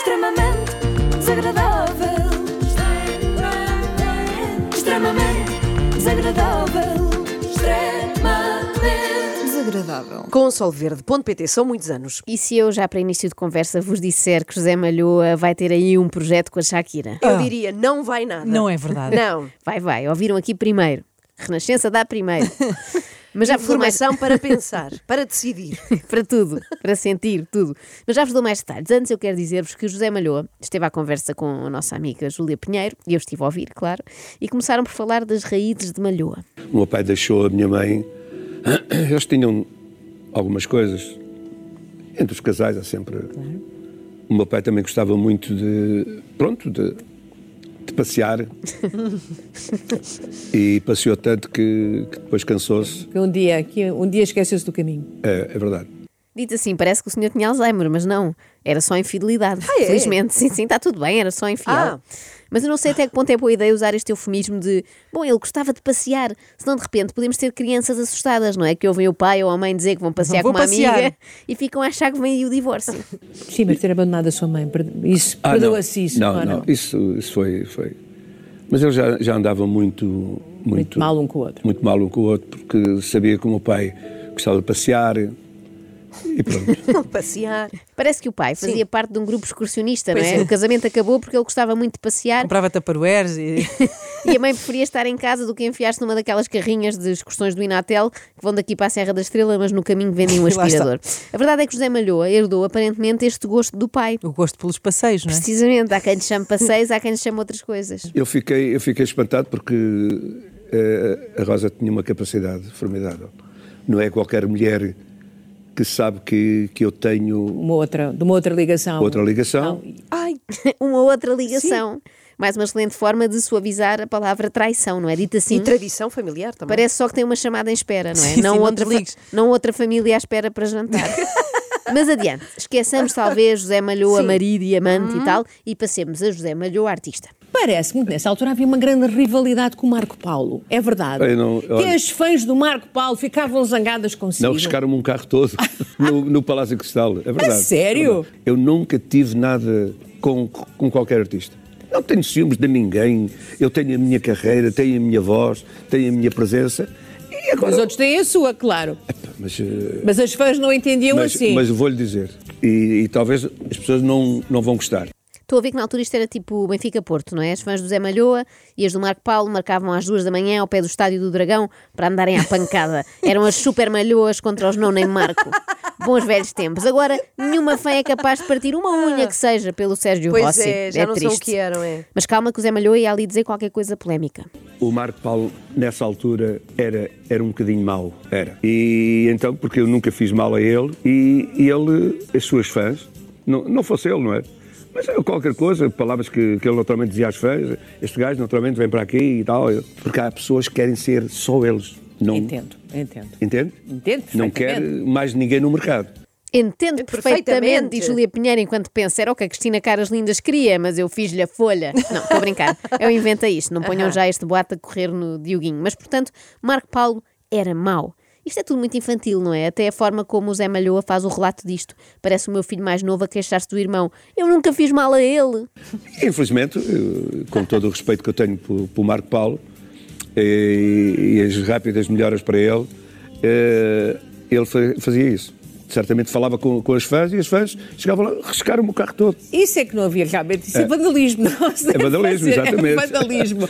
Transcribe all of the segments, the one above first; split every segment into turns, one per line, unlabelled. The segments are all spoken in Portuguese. extremamente desagradável. Extremamente desagradável. Extremamente desagradável.
Com o solverde.pt são muitos anos.
E se eu já para início de conversa vos disser que José Malhoa vai ter aí um projeto com a Shakira?
Eu diria, não vai nada.
Ah. Não é verdade.
Não.
Vai, vai, ouviram aqui primeiro. Renascença dá primeiro. Mas
é.
já vos dou mais
Informação para pensar, para decidir.
para tudo, para sentir tudo. Mas já vos dou mais detalhes. Antes eu quero dizer-vos que o José Malhoa esteve à conversa com a nossa amiga Júlia Pinheiro, e eu estive a ouvir, claro, e começaram por falar das raízes de Malhoa.
O meu pai deixou a minha mãe. Eles tinham algumas coisas. Entre os casais há sempre. O meu pai também gostava muito de. Pronto, de, de passear. e passeou tanto que, que depois cansou-se.
Que um dia, que um dia esqueceu-se do caminho.
É, é verdade.
Dito assim, parece que o senhor tinha Alzheimer, mas não. Era só infidelidade.
Ah, é?
Felizmente, sim, sim, está tudo bem, era só infiel.
Ah.
Mas eu não sei até que ponto é boa ideia usar este eufemismo de bom, ele gostava de passear, senão de repente podemos ter crianças assustadas, não é? Que ouvem o pai ou a mãe dizer que vão passear
Vou
com uma
passear.
amiga e ficam a achar que vem aí o divórcio.
Sim, mas ter abandonado a sua mãe. perde- Isso,
Ah,
perdoa-se isso.
Não,
ou
não, Isso, isso foi, foi. Mas eles já, já andavam muito, muito.
Muito mal um com o outro.
Muito mal um com o outro, porque sabia que o meu pai gostava de passear. E pronto.
Passear.
Parece que o pai fazia parte de um grupo excursionista, não é? O casamento acabou porque ele gostava muito de passear
Comprava taparueres e.
e a mãe preferia estar em casa do que enfiar-se numa daquelas carrinhas de excursões do Inatel que vão daqui para a Serra da Estrela, mas no caminho vendem um
E lá está.
aspirador. A verdade é que José Malhoa herdou aparentemente este gosto do pai.
O gosto pelos passeios, não é?
Precisamente, há quem lhe chame passeios, há quem lhe chame outras coisas.
Eu fiquei, eu fiquei espantado porque eh, a Rosa tinha uma capacidade formidável. Não é qualquer mulher que sabe que, que eu tenho
Uma outra, de uma outra ligação.
outra ligação.
Ai,
Uma outra ligação. Mais uma excelente forma de suavizar a palavra traição, não é? Dito assim.
E
Hum.
tradição familiar também.
Parece só que tem uma chamada em espera, não é?
Sim,
não,
sim, não
outra fa-
desligues.
não outra família à espera para jantar. Mas adiante, esqueçamos talvez José Malhoa, marido e amante
Hum.
e tal, e passemos a José Malhoa, artista.
Parece-me que nessa altura havia uma grande rivalidade com o Marco Paulo. É verdade.
Eu não-
que
olha-
as fãs do Marco Paulo ficavam zangadas consigo.
Não, riscaram-me um carro todo no, no Palácio Cristal. É verdade.
sério?
É verdade. Eu nunca tive nada com, com qualquer artista. Não tenho ciúmes de ninguém. Eu tenho a minha carreira, tenho a minha voz, tenho a minha presença. E agora...
Os outros têm a sua, claro.
Mas, eh,
Mas as fãs não entendiam
mas,
assim.
mas vou-lhe dizer, e, e talvez as pessoas não, não vão gostar.
Estou a ver que na altura isto era tipo Benfica-Porto, não é? As fãs do Zé Malhoa e as do Marco Paulo marcavam às duas da manhã ao pé do Estádio do Dragão para andarem à pancada. Eram as super malhoas contra os não nem Marco. Bons velhos tempos. Agora, nenhuma fã é capaz de partir uma unha que seja pelo Sérgio
Pois
Rossi.
é, já não são
triste.
o que eram, é.
Mas calma que o Zé Malhoa ia ali dizer qualquer coisa polémica.
O Marco Paulo, nessa altura, era, era um bocadinho mau. Era. E então, porque eu nunca fiz mal a ele, e, e ele, as suas fãs, não, não fosse ele, não é? Mas era qualquer coisa, palavras que, que ele naturalmente dizia às fãs, este gajo naturalmente vem para aqui e tal. Porque há pessoas que querem ser só eles. Não,
Entendo, entendo.
Entende?
Entendo
Não quer
perfeitamente.
mais ninguém no mercado.
Entendo perfeitamente.
Perfeitamente.
E Julia Pinheiro, enquanto pensa, era o que a Cristina Caras Lindas queria, mas eu fiz-lhe a folha. Não, estou a brincar. Eu inventei isto. Não ponham já este boato a correr no Dioguinho. Mas, portanto, Marco Paulo era mau. Isto é tudo muito infantil, não é? Até a forma como o Zé Malhoa faz o relato disto. Parece o meu filho mais novo a queixar-se do irmão. Eu nunca fiz mal a ele.
Infelizmente, eu, com todo o respeito que eu tenho por, por Marco Paulo eh, e, e as rápidas melhoras para ele, eh, ele fa- fazia isso. Certamente falava com, com as fãs e as fãs chegavam lá, riscaram-me o carro todo.
Isso é que não havia realmente. Isso é, vandalismo. Não,
É vandalismo, exatamente.
É vandalismo.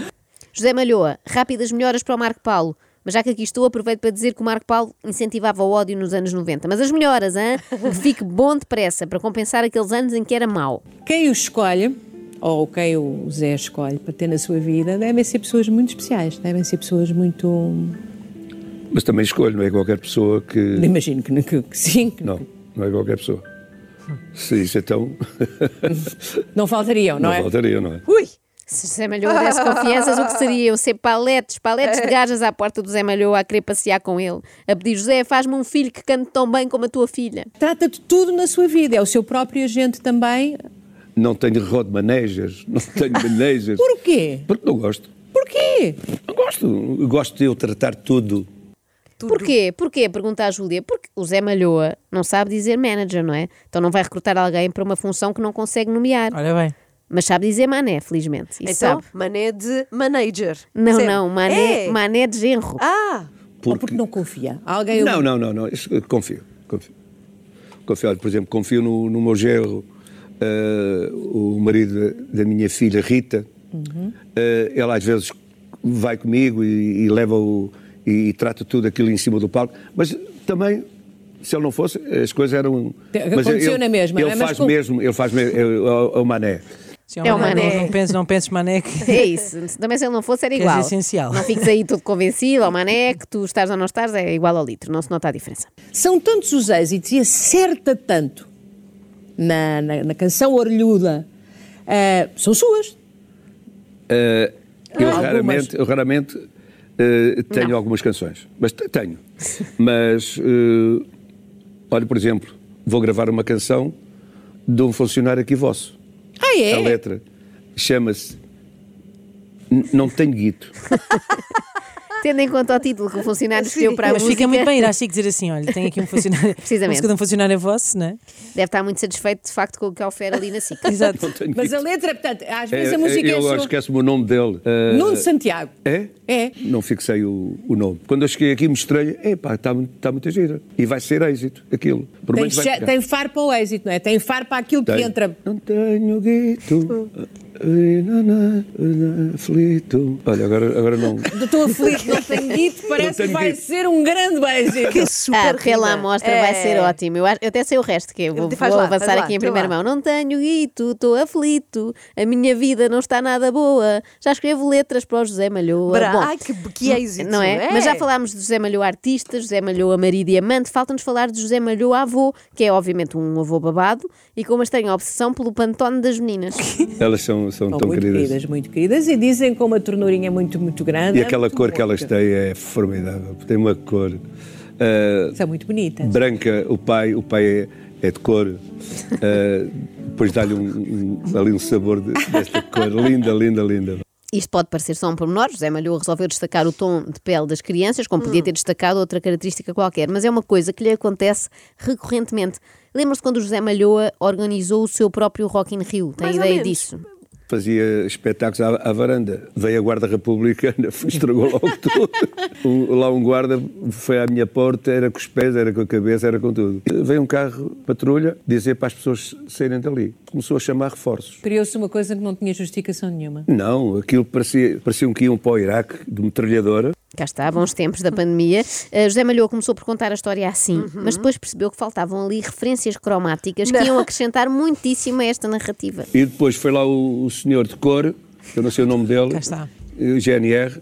José Malhoa, rápidas melhoras para o Marco Paulo. Mas já que aqui estou, aproveito para dizer que o Marco Paulo incentivava o ódio nos anos 90. Mas as melhoras, hã? Que fique bom depressa, para compensar aqueles anos em que era mau.
Quem o escolhe, ou quem o Zé escolhe para ter na sua vida, devem ser pessoas muito especiais, devem ser pessoas muito.
Mas também escolho, não é qualquer pessoa que.
Imagino que, que, que sim, que não.
Não, não é qualquer pessoa. Se isso então.
faltariam, não,
não
é?
voltaria, não é?
Ui!
Se Zé Malhoa desse confianças, o que seriam? Ser paletes, paletes
É.
de gajas à porta do Zé Malhoa a querer passear com ele. A pedir, José, faz-me um filho que cante tão bem como a tua filha.
Trata de tudo na sua vida, é o seu próprio agente também.
Não tenho road managers, não tenho managers.
Porquê?
Porque não gosto.
Porquê?
Não gosto. Gosto de eu tratar tudo.
Tudo.
Porquê? Porquê? Pergunta a Júlia. Porque o Zé Malhoa não sabe dizer manager, não é? Então não vai recrutar alguém para uma função que não consegue nomear.
Olha bem.
Mas sabe dizer mané, felizmente. Isso
Então,
sabe.
mané de manager.
Não,
Percebe?
não, mané,
É.
mané de genro.
Ah,
Ou porque não confia. Alguém
Não, não, não, não. Isso, eu confio, confio. Confio, Olha, por exemplo, confio no, no meu genro, eh, o marido da, da minha filha Rita.
Uhum.
Eh, ela às vezes vai comigo e, e leva o e, e trata tudo aquilo em cima do palco. Mas também, se ele não fosse, as coisas eram.
Te- aconteceu
ele,
na mesma,
Ele
não é? Mas
faz
com-
mesmo, ele faz mesmo. É, é, é o mané.
Sim,
É o
não-
Mané.
Não, não penses, não penses, Mané, que
É isso. Também se ele não fosse, era
Que é
igual.
essencial.
Não fiques aí todo convencido, ao mané, que tu estás ou não estás, é igual ao litro, não se nota a diferença.
São tantos os êxitos e acerta tanto na, na, na canção orelhuda. Ah, são suas.
Eh, eu,
Algumas.
raramente, eu raramente eh, tenho
Não.
algumas canções, mas te- tenho. mas, eh, olha, por exemplo, vou gravar uma canção de um funcionário aqui vosso.
Ah, é?
A letra chama-se N- Não Tenho Guito.
Tendo em conta o título que o funcionário escolheu para a
Mas
música,
fica muito bem ir à Chico dizer assim: olha, tem aqui um funcionário.
Precisamente.
a Música de um funcionário vosso, né?
deve estar muito satisfeito, de facto, com o que oferece ali na SIC.
Exato.
Não tenho
Mas
guito.
a letra, portanto, às
É,
vezes a
é,
música é
eu
sua.
esqueço-me o nome dele. Eh,
Nuno Santiago.
É?
É.
Não fixei o, o nome. Quando eu cheguei aqui, mostrei-lhe: epá, está mu- está muita gira. E vai ser êxito aquilo. Por
Tem,
menos é vai
che-
pegar.
tem far para o êxito, não é? Tem far para aquilo que
Tenho.
entra. Hum.
Não tenho guito. eh, na, na, na, Aflito. Olha, agora, agora não.
Estou aflito, não tenho dito,
Não
parece
tenho
que vai
dito.
ser um grande êxito.
que super
Ah, pela
rima.
amostra
É.
vai ser ótimo. Eu, acho- eu até sei o resto, que eu vou,
Faz
vou
lá,
avançar
faz lá,
aqui em
então
primeira
lá.
mão. Não tenho guito, estou aflito, a minha vida não está nada boa. Já escrevo letras para o José Malhoa.
Bra-
Bom,
Ai, que, que êxito.
não é? Mas já falámos de José Malhoa artista, José Malhoa marido e amante, falta-nos falar de José Malhoa avô, que é obviamente um avô babado e com uma estranha obsessão pelo pantone das meninas.
Elas são, são
São
tão
muito
queridas.
queridas. muito queridas e dizem com uma tornurinha muito, muito grande.
E
é
aquela
muito
cor que
boa.
elas têm é formidável. Tem uma cor. eh,
São muito bonitas.
branca, o pai, o pai é, é de cor. eh, depois dá-lhe um, um- ali um sabor de- desta cor. Linda, linda, linda.
Isto pode parecer só um pormenor, José Malhoa resolveu destacar o tom de pele das crianças, como
Hum.
podia ter destacado outra característica qualquer, mas é uma coisa que lhe acontece recorrentemente. Lembra-se quando o José Malhoa organizou o seu próprio Rock in Rio? Tem
Mais ou
ideia
menos.
disso?
Fazia espetáculos à, à varanda. Veio a guarda republicana, estragou logo tudo. Um- lá um guarda foi à minha porta, era com os pés, era com a cabeça, era com tudo. Veio um carro, patrulha, dizer para as pessoas saírem dali. Começou a chamar reforços.
Criou-se uma coisa que não tinha justificação nenhuma.
Não, aquilo parecia, parecia um que iam para o Iraque, de metralhadora.
Cá está, bons tempos da pandemia. Eh, José Malhoa começou por contar a história assim, mas depois percebeu que faltavam ali referências cromáticas que
Uhum. Não.
iam acrescentar muitíssimo a esta narrativa.
E depois foi lá o, o senhor de cor, que eu não sei o nome dele.
Cá está.
eh, GNR.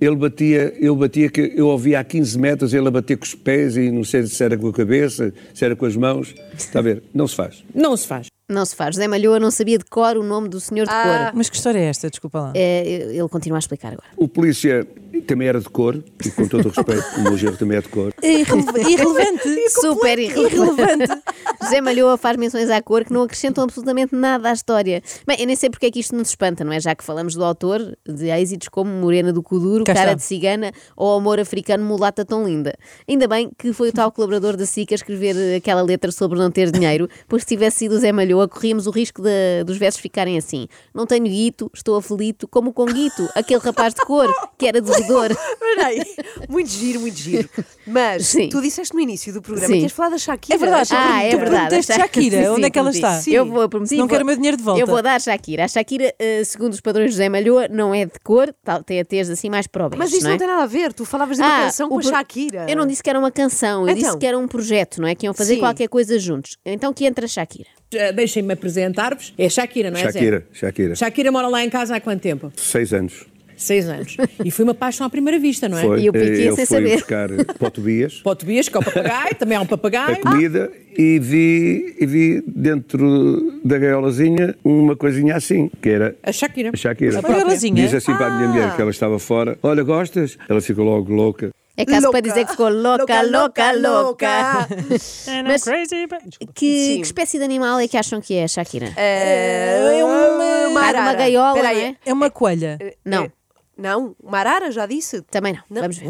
Ele batia, ele batia que eu ouvia a 15 metros ele a bater com os pés e não sei se era com a cabeça, se era com as mãos. Está a ver? Não se faz.
Não se faz.
Não se faz. José Malhoa não sabia de cor o nome do senhor de
Ah.
cor.
Mas que história é esta? Desculpa lá.
Eh, ele continua a explicar agora.
O polícia também era de cor, e com todo o respeito, o meu genro também é de cor.
Irrelevante. Irrelevante.
Super irrelevante. José Malhoa faz menções à cor que não acrescentam absolutamente nada à história. Bem, eu nem sei porque é que isto nos espanta, não é? Já que falamos do autor de êxitos como Morena do Coduro,
Cá
Cara
está.
de Cigana ou Amor Africano Mulata Tão Linda. Ainda bem que foi o tal colaborador da SIC a escrever eh, aquela letra sobre não ter dinheiro, pois se tivesse sido o Zé Malhoa, corríamos o risco de- dos versos ficarem assim. Não tenho guito, estou aflito, como o Conguito, aquele rapaz de cor que era devedor.
Peraí, muito giro, muito giro. Mas
Sim.
tu disseste no início do programa
Sim.
que ias falar da Shakira.
É verdade,
Ah,
Ah, é
Tu
verdade.
prometeste
a Sha-
Shakira, onde é que ela está?
prometi. Eu vou, eu prometi.
Não
vou-
quero o meu dinheiro de volta.
Eu vou dar a Shakira. A Shakira, eh, segundo os padrões de José Malhoa, não é de cor, tal, tem a tez assim mais para o
Mas
baixo,
isso não,
não é?
tem nada a ver. Tu falavas de uma
Ah,
canção
o
com a
pro-
Shakira.
Eu não disse que era uma canção, eu
Então.
disse que era um projeto, não é? Que iam fazer
Sim.
qualquer coisa juntos. Então que entra a Shakira.
Ah, Deixem-me apresentar-vos. É Shakira, não é
Shakira,
Zé?
Shakira.
Shakira mora lá em casa há quanto tempo?
Seis anos.
Seis anos. E foi uma paixão à primeira vista, não é?
Foi.
E o Piquet
eu
sem
fui
saber.
buscar para o Tobias,
Para o Tobias, que é o papagaio, também é um
a
papagaio.
comida, e, vi, e vi dentro da gaiolazinha uma coisinha assim, que era
Ah, A Shakira.
A Shakira.
A própria.
gaiolazinha?
Diz assim para a minha
Ah.
mulher que ela estava fora. Olha, gostas? Ela ficou logo louca.
É caso para dizer que ficou louca, louca, louca. Mas-
crazy, but- Desculpa.
Que,
Sim.
que espécie de animal é que acham que é a Shakira?
É uma,
Está numa
arara.
gaiola,
Peraí.
não é?
É uma coelha.
Não.
É- Não, uma arara, já disse?
Também não. Vamos ver.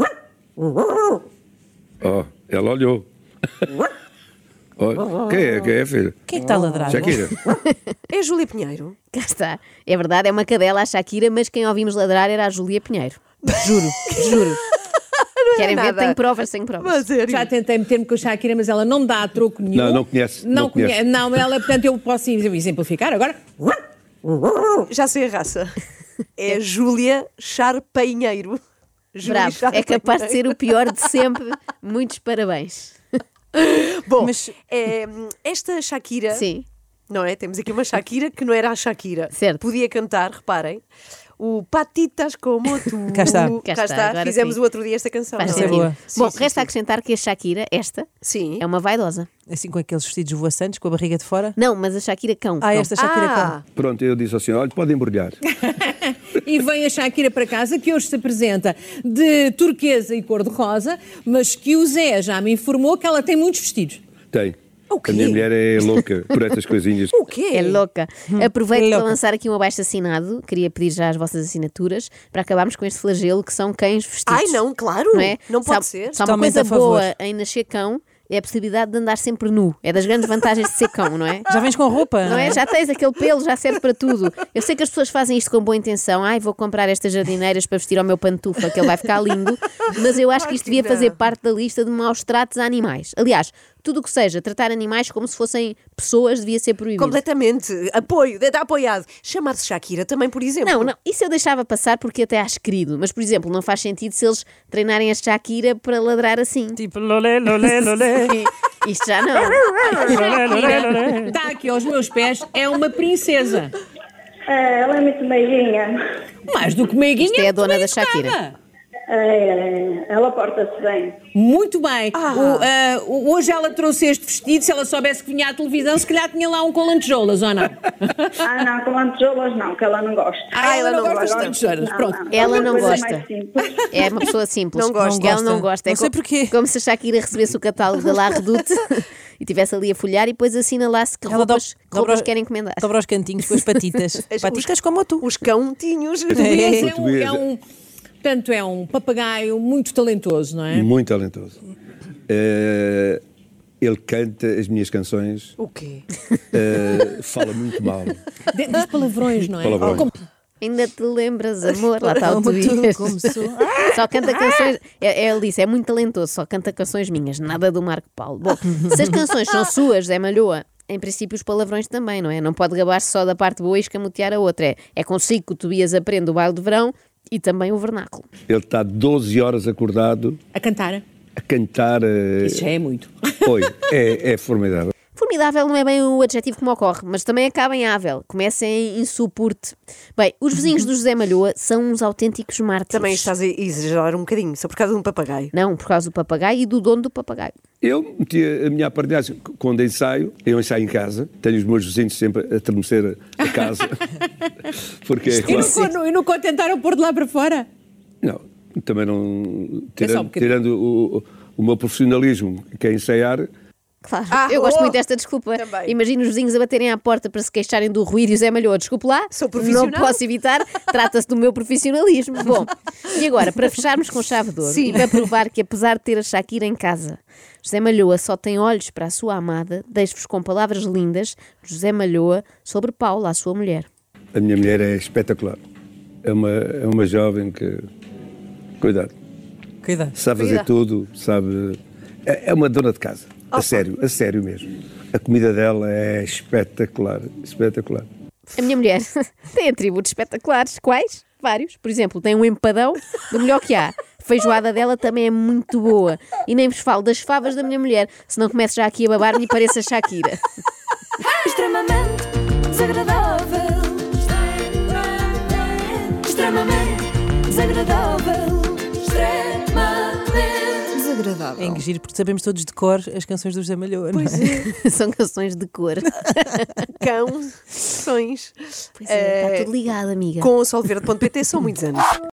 Ó, ela olhou. Ó, quem é, quem é, filha?
Quem é que está a ladrar?
Shakira.
É a Júlia Pinheiro.
Cá está. É verdade, é uma cadela a Shakira, mas quem ouvimos ladrar era a Júlia Pinheiro. Juro, juro. Querem ver?
é nada.
Tenho provas, tenho provas.
Mas Ah, sério.
Já tentei meter-me com a Shakira, mas ela não me dá a troco nenhum.
Não, não conhece,
Não,
não conhece.
conhe- Não, ela, portanto, eu posso exemplificar agora.
Já sei a raça. É a Júlia Charpeinheiro. Júlia
Bravo, é capaz de ser o pior de sempre. Muitos parabéns.
Bom,
Mas-
é, hum, esta Shakira,
Sim.
não é? Temos aqui uma Shakira que não era a Shakira.
Certo.
Podia cantar, reparem. O Patitas como tu.
Cá está.
Cá,
Cá está,
está.
agora
Fizemos
sim.
o outro dia esta canção.
Faz
não é?
ser
sentido.
boa.
Bom,
Sim, sim,
resta
sim.
acrescentar que a Shakira, esta,
Sim.
é uma vaidosa.
Assim com aqueles vestidos voaçantes, com a barriga de fora.
Não, mas a Shakira cão.
Ah,
cão.
esta Shakira
Ah,
Pronto, eu disse assim: olha, pode embrulhar.
E vem a Shakira para casa, que hoje se apresenta de turquesa e cor-de-rosa, mas que o Zé já me informou que ela tem muitos vestidos.
Tem.
O quê?
A minha mulher é louca por estas coisinhas.
o quê?
É louca.
Hum,
Aproveito
Louca.
para lançar aqui um abaixo assinado. Queria pedir já as vossas assinaturas para acabarmos com este flagelo que são cães vestidos.
Ai, não, claro.
Não, é?
Não pode
Sabe-
ser.
Só uma
Totalmente
coisa
a favor.
boa em nascer cão é a possibilidade de andar sempre nu. É das grandes vantagens de ser cão, não é?
Já vens com a roupa?
Não é? Já tens aquele pelo, já serve para tudo. Eu sei que as pessoas fazem isto com boa intenção. Ai, vou comprar estas jardineiras para vestir ao meu pantufa, que ele vai ficar lindo. Mas eu acho que isto
que
devia
não.
fazer parte da lista de maus tratos a animais. Aliás, tudo o que seja tratar animais como se fossem pessoas devia ser proibido.
Completamente. Apoio, está apoiado. Chamar-se Shakira também, por exemplo.
Não, não, isso eu deixava passar porque até acho querido. Mas, por exemplo, não faz sentido se eles treinarem a Shakira para ladrar assim.
Tipo, lolé, lolé, lolé.
Isto já não.
lolé, lolé, lolé.
Está aqui aos meus pés, é uma princesa.
Ah, ela é muito beijinha.
Mais do que meiguinha.
Isto é a dona
muito bem
da Shakira.
educada.
É, ela porta-se bem.
Muito bem.
Ah.
O, ah, o- hoje ela trouxe este vestido. Se ela soubesse que vinha à televisão, se calhar tinha lá um com lantejoulas, ou não?
Ah, não, com lantejoulas não, que ela não gosta.
Ah, ela não gosta de
Agora-
lantejoulas.
não,
Pronto.
não.
Ela
Outra
não
coisa
gosta.
mais simples.
É uma pessoa simples.
Não gosta.
Ela não gosta. É
Não sei
co-
porquê.
Como se a Shakira recebesse o catálogo da La Redoute e tivesse ali a folhar e depois assinalasse que
Ela
roupas,
dobra-
que roupas
dobra-
querem encomendar.
Dobra os cantinhos com as patitas.
As-
patitas como tu.
Os cãotinhos.
Mas é um,
Portuguesa.
é um- portanto, é um papagaio muito talentoso, não é?
Muito talentoso. Eh, ele canta as minhas canções,
O quê?
eh, fala muito mal.
De- Diz palavrões, não é?
Palavrões.
Como-
Ainda te lembras, amor? Lá está o
Como tudo
Tobias.
começou.
Só canta canções. É, é, ele disse, é muito talentoso, só canta canções minhas, nada do Marco Paulo. Bom, se as canções são suas, Zé Malhoa, em princípio os palavrões também, não é? Não pode gabar-se só da parte boa e escamotear a outra. É, é consigo que o Tobias aprende o baile de verão e também o vernáculo.
Ele está 12 horas acordado
A cantar.
a cantar. eh,
Isso já é muito.
Oi, é, é formidável.
Formidável não é bem o adjetivo que me ocorre, mas também acaba em ável. Começa em insuporte. Bem, os vizinhos do José Malhoa são uns autênticos mártires.
Também estás a exagerar um bocadinho, só por causa de um papagaio.
Não, por causa do papagaio e do dono do papagaio.
Eu metia a minha aparelhagem c- quando ensaio, eu ensaio em casa, tenho os meus vizinhos sempre a tremecer a casa. Porque é
E
claro.
não, co- e não co- tentaram pôr de lá para fora?
Não, também não.
só um
Tirando,
bocadinho.
tirando o, o meu profissionalismo, que é ensaiar,
Claro.
Ah,
eu gosto
oh!
muito desta desculpa.
Também.
Imagino os vizinhos a baterem à porta para se queixarem do ruído e o Zé Malhoa. Desculpe lá,
Sou profissional.
não posso evitar. Trata-se do meu profissionalismo. Bom, e agora, para fecharmos com chave de ouro e para provar que, apesar de ter a Shakira em casa, José Malhoa só tem olhos para a sua amada, deixo-vos com palavras lindas de José Malhoa sobre Paula, a sua mulher.
a minha mulher é espetacular. É uma, é uma jovem que. Cuidado,
Cuidado.
sabe fazer tudo, sabe. É, é uma dona de casa, a sério, a sério mesmo. A comida dela é espetacular, espetacular.
A minha mulher tem atributos espetaculares. Quais? Vários. Por exemplo, tem um empadão do melhor que há. A feijoada dela também é muito boa. E nem vos falo das favas da minha mulher, se não começo já aqui a babar-me e pareço a Shakira.
Extremamente desagradável. Extremamente desagradável. Extremamente desagradável.
É que giro, porque sabemos todos de cor as canções do José Malhoa. Pois é.
São canções de cor.
Cão, sons.
Pois é, está tudo ligado, amiga.
Eh, Com o solverde.pt são muitos anos.